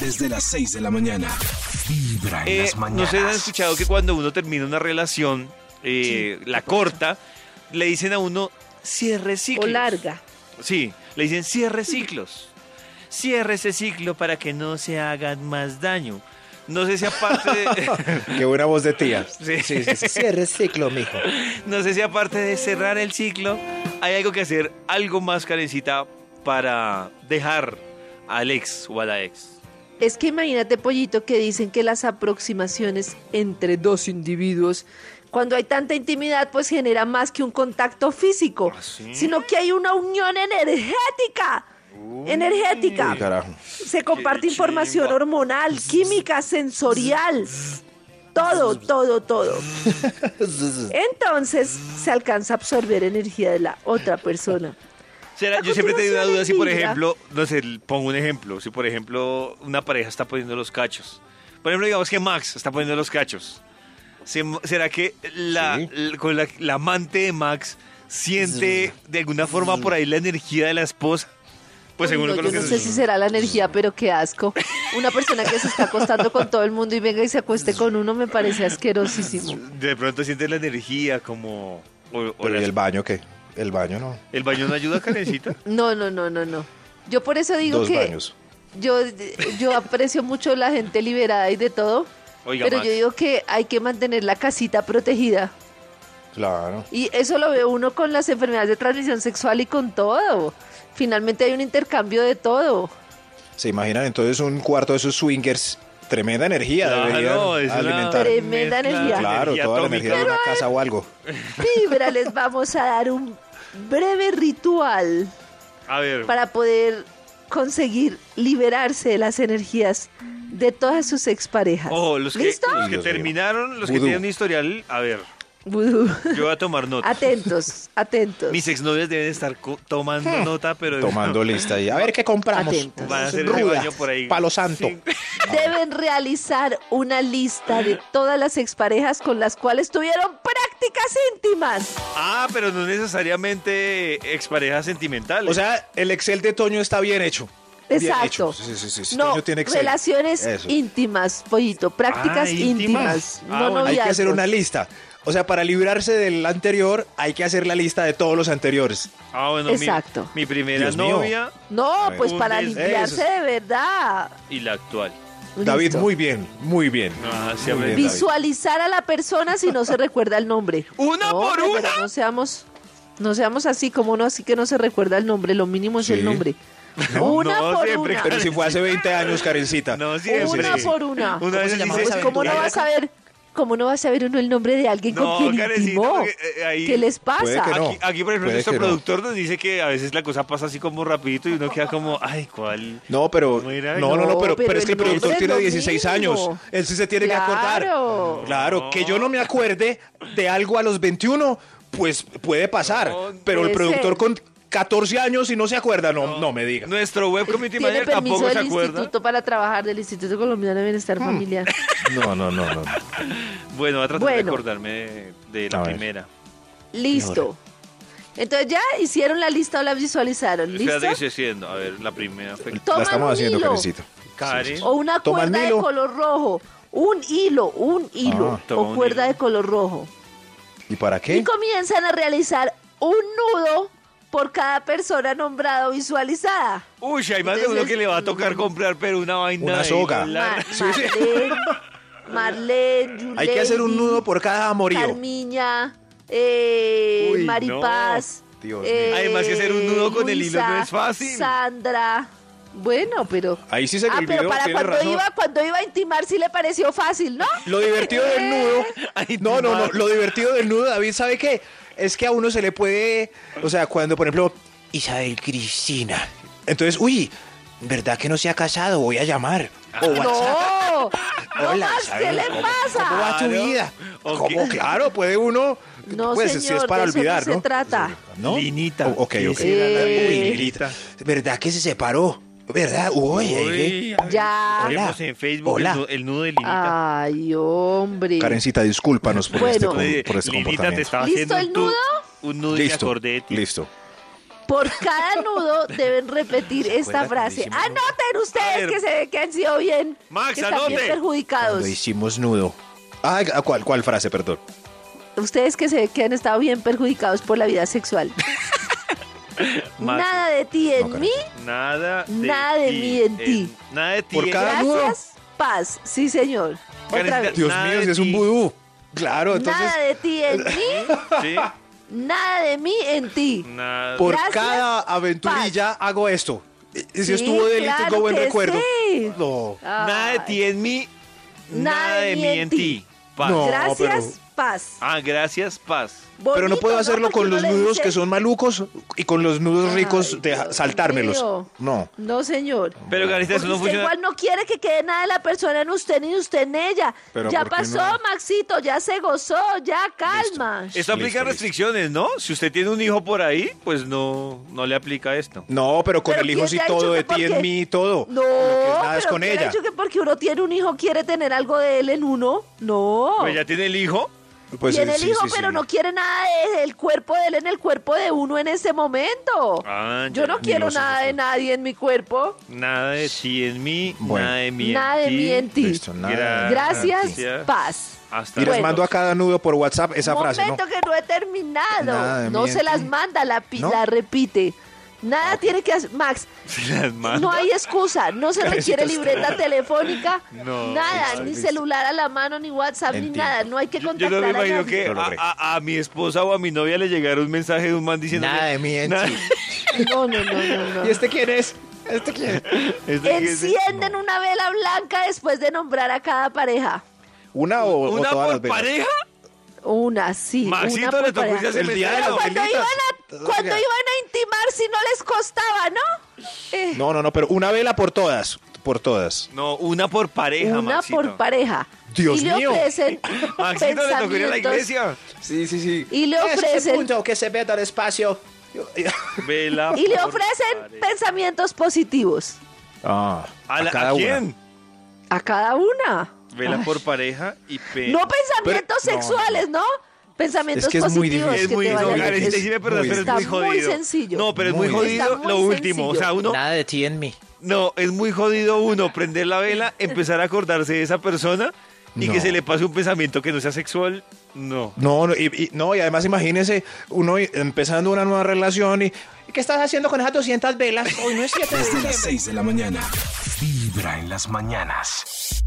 desde las 6 de la mañana. Vibra en Eh, las no mañanas. sé si han escuchado que cuando uno termina una relación, eh, la corta, le dicen a uno, cierre ciclos. O larga. Sí, le dicen, cierre ciclos. Cierre ese ciclo para que no se hagan más daño. No sé si aparte de, Qué buena voz de tía. Sí. Cierre el ciclo, mijo. no sé si aparte de cerrar el ciclo, hay algo que hacer, algo más carecita para dejar al ex o a la ex. Es que imagínate, pollito, que dicen que las aproximaciones entre dos individuos, cuando hay tanta intimidad, pues genera más que un contacto físico, ¿Ah, sí? sino que hay una unión energética. Uy, Energética. carajo. Se comparte Qué información chimba. hormonal, química, sensorial. Todo, todo, todo. Entonces se alcanza a absorber energía de la otra persona. Será- A yo siempre he tenido una duda si, por continuación, ejemplo, no sé, pongo un ejemplo, si por ejemplo una pareja está poniendo los cachos. Por ejemplo, digamos que Max está poniendo los cachos. Se- ¿Será que la, Sí. l- con la, la amante de Max siente Mm. de alguna forma por ahí la energía de la esposa? Pues Uy, según no, con yo lo que no sé si será la energía, pero qué asco. Una persona que se está acostando con todo el mundo y venga y se acueste con uno me parece asquerosísimo. De pronto siente la energía como... o- o Pero la- ¿y el baño qué? El baño no. ¿El baño no ayuda, Karencita? No, no, no, no, no. Yo por eso digo Dos que baños. yo yo aprecio mucho la gente liberada y de todo, Oiga, pero Max. yo digo que hay que mantener la casita protegida Claro. y eso lo ve uno con las enfermedades de transmisión sexual y con todo. Finalmente hay un intercambio de todo. ¿Se imaginan entonces un cuarto de esos swingers? Tremenda energía Claro, Ah, es deberían una alimentar. Tremenda mezcla de energía. Claro, toda la energía de atómica. una casa o algo. Vibra, les vamos a dar un breve ritual A ver, para poder conseguir liberarse de las energías de todas sus exparejas. ojo, Oh, los que, ¿Listo? los que Dios mío. terminaron, los que Vudú. tienen un historial, a ver, Vudú. yo voy a tomar nota. Atentos, atentos. Mis exnovias deben estar co- tomando nota, pero Tomando lista ahí. A ver qué compramos. Atentos. van a hacer el Ruda, baño por ahí. palo santo. Sí. Deben realizar una lista de todas las exparejas con las cuales tuvieron prácticas íntimas. Ah, pero no necesariamente exparejas sentimentales. O sea, el Excel de Toño está bien hecho. Bien Exacto. hecho. Sí, sí, sí, sí. No, Toño tiene Excel. relaciones Eso. íntimas, pollito, prácticas Ah, íntimas. íntimas. Ah, no bueno. Hay que hacer noviazgos. una lista. O sea, para librarse del anterior, hay que hacer la lista de todos los anteriores. ah, bueno, mi- Exacto. Mi, primera Dios mío. novia No, ver. pues Un para des- limpiarse de verdad. y la actual. David, Listo. muy bien, muy bien. Ah, sí, Eh, Muy a ver. bien, David. visualizar a la persona si no se recuerda el nombre. ¿Una No, por una? hombre, pero No seamos, no seamos así como uno así que no se recuerda el nombre. Lo mínimo es Sí. el nombre. una no por siempre, una. Pero si fue hace 20 años, Karencita. No, siempre. Una por una. Una vez dice, Pues cómo no vas a ver, cómo no vas a ver uno el nombre de alguien No, con quien Karencita, intimó. porque, eh, ahí- ¿Qué les pasa? Puede que no. Aquí, aquí, por ejemplo, Puede nuestro que no. productor nos dice que a veces la cosa pasa así como rapidito y uno queda como, ay, ¿cuál? No, pero. ¿Cómo era? No, no, no, pero, No, pero pero es que el el nombre productor es tiene lo 16 años. mismo. Él sí se tiene que Claro. acordar. Claro, que yo no me acuerde de algo a los 21, pues puede pasar. No, pero el puede productor ser. con 14 años y no se acuerda, no, no, me diga. Nuestro web committee Tiene manager permiso tampoco se del acuerda. instituto para trabajar del Instituto Colombiano de Bienestar Familiar. No, no, no, no. Bueno, voy a tratar de Bueno. acordarme de, de la A ver. primera. Listo. Entonces ya hicieron la lista o la visualizaron. ¿Listo? Espérate que estoy haciendo. A ver, la primera fue Toman La estamos un haciendo, hilo. Karencita. Karen. O una Toma el cuerda de hilo. color rojo. Un hilo, un hilo. Ah, toma o un cuerda hilo. de color rojo. ¿Y para Y comienzan a realizar un nudo por cada persona nombrada o visualizada. Uy, hay más de uno que le va a tocar comprar, pero una vaina. Una ahí, soga. la- Ma- Marlene, Marlene, Hay que hacer un Yulady, nudo por cada amorío. Carmiña, eh, Uy, Maripaz. no. Dios mío. eh, Además que hacer un nudo con el hilo no Luisa, es fácil. Sandra. Bueno, pero. Ahí sí se ah, me pero olvidó, para tiene cuando razón. iba, cuando iba a intimar sí le pareció fácil, ¿no? Lo divertido del nudo. Ay, No, no, no. madre. Lo divertido del nudo, David, ¿sabe qué? Es que a uno se le puede. O sea, cuando, por ejemplo, Isabel Cristina. Entonces, uy, ¿verdad que no se ha casado? Voy a llamar. Ah, O WhatsApp. No, no Hola, más, ¿qué Isabel, le ¿cómo- ¿Cómo pasa? va tu Claro. vida? Ok. ¿Cómo? Claro, puede uno. No, pues si señor, es para de eso no olvidar, se ¿no? trata. ¿No? Linita. O- ok, Sí, ok. sí, era la- Eh. Uy, Lirita. ¿Verdad que se separó? ¿Verdad? Uy, Uy, a ver, Ya. tenemos en Facebook Hola. El, nudo, el nudo de Linita. Ah. Ay, hombre. Karencita, discúlpanos por Bueno. este, Oye, com- por Linita este te comportamiento. estaba ¿Listo haciendo el tú- nudo? un nudo y me Listo, acordé de ti. listo. Por cada nudo deben repetir esta acuerda frase. cuando hicimos Anoten A ustedes ver. que se ve que han sido bien, Max, que están bien anote. perjudicados. Cuando hicimos nudo. Ah, ¿a ¿cuál, ¿cuál frase, perdón? Ustedes que se ve que han estado bien perjudicados por la vida sexual. Max, Nada de ti en No, caray. mí. Nada de, Nada de mí en ti. Nada de ti. Por en- cada- nudo. Gracias, paz. Sí, señor. Otra Karencita, vez. Dios Nada mío, de si es un ti. vudú. Claro, entonces, Nada de ti en mí. Sí, Nada de mí en ti. nada. por Gracias, cada aventurilla hago esto. Y y si Sí, estuvo delito, claro tengo buen que recuerdo. sí. No. Nada de Ay. ti en mí. Nada Nada de mí en ti. Paz. No. Gracias, pero- paz. Ah, gracias, paz. Pero no Bonito, puedo hacerlo Porque con los uno le nudos dice- que son malucos y con los nudos Ay, ricos de Dios saltármelos. mío. No. No, señor. Pero, Carita, eso Porque Este no usted funciona. igual no quiere que quede nada de la persona en usted ni de usted en ella. Pero ya ¿por qué pasó, no? Maxito, ya se gozó, ya calma. Esto aplica Listo, listo. restricciones, ¿no? Si usted tiene un hijo por ahí, pues no, no le aplica esto. No, pero con Pero el hijo ¿quién sí le ha dicho todo, que de ti por qué? en mí y todo. No, Lo que es nada pero es con ¿quién ha ella. dicho que porque uno tiene un hijo quiere tener algo de él en uno? No. Pues ya tiene el hijo. tiene eh, el sí, hijo, sí, pero sí. no quiere nada de- del cuerpo de él en el cuerpo de uno en este momento. Ah, Yo ya. no quiero Dios, nada eso de sí. nadie en mi cuerpo. Nada de ti en mí, Bueno. nada de mí nada de en mí en ti. ti. Listo, nada de Gracias, mí en ti. paz. Hasta Y les Bueno. mando a cada nudo por WhatsApp esa frase. ¿no? Momento que no he Nada de terminado. No mí en se las ti. manda, la, pi- ¿No? la repite. Nada tiene que hacer. Max, Se las mando. no hay excusa. No se requiere libreta telefónica. No, nada, listo, ni listo. celular a la mano, ni WhatsApp, ni Entiendo. nada. No hay que Yo- contactar Yo no me a imagino nadie. que Lo a, logré. a- a mi esposa o a mi novia le llegara un mensaje de un man diciendo Nada de mí en ti. No, no, no, no. no. ¿Y este quién es? ¿Este quién? Encienden una vela blanca después de nombrar a cada pareja. ¿Una o, o ¿Una todas por las velas? pareja? Una, sí. Maxito, una por le tocó pareja. irse al El día de cementerio. las Cuando iban, velitas. a, cuando iban a intimar, si no les costaba, ¿no? Eh, No, no, no, pero una vela por todas. Por todas. No, una por pareja, una Maxito. por pareja. Dios y le mío. ofrecen Maxito le tocó ir a la pensamientos- iglesia. Sí, sí, sí. Y le ofrecen, que se ve tan espacio. Vela y le por ofrecen pareja. pensamientos positivos Ah, ¿A, la- cada ¿a una. quién? a cada una. Vela Ay. por pareja y pe... No pensamientos Pero- no, sexuales, ¿no? Pensamientos Es que es muy positivos. difícil. es que muy te vayan no, a- Karen, sí te sirve, pero muy es está muy jodido. sencillo. No, pero es muy, Muy Está jodido muy lo último. O sea, sencillo. uno, Nada de ti en mí. no, es muy jodido uno prender la vela, empezar a acordarse de esa persona y que No. se le pase un pensamiento que no sea sexual. No. No, no y, y- no, y además imagínese uno i- empezando una nueva relación y... ¿Qué estás haciendo con esas 200 velas? Hoy no es cierto. Desde las 6 de la mañana. Vibra en las mañanas.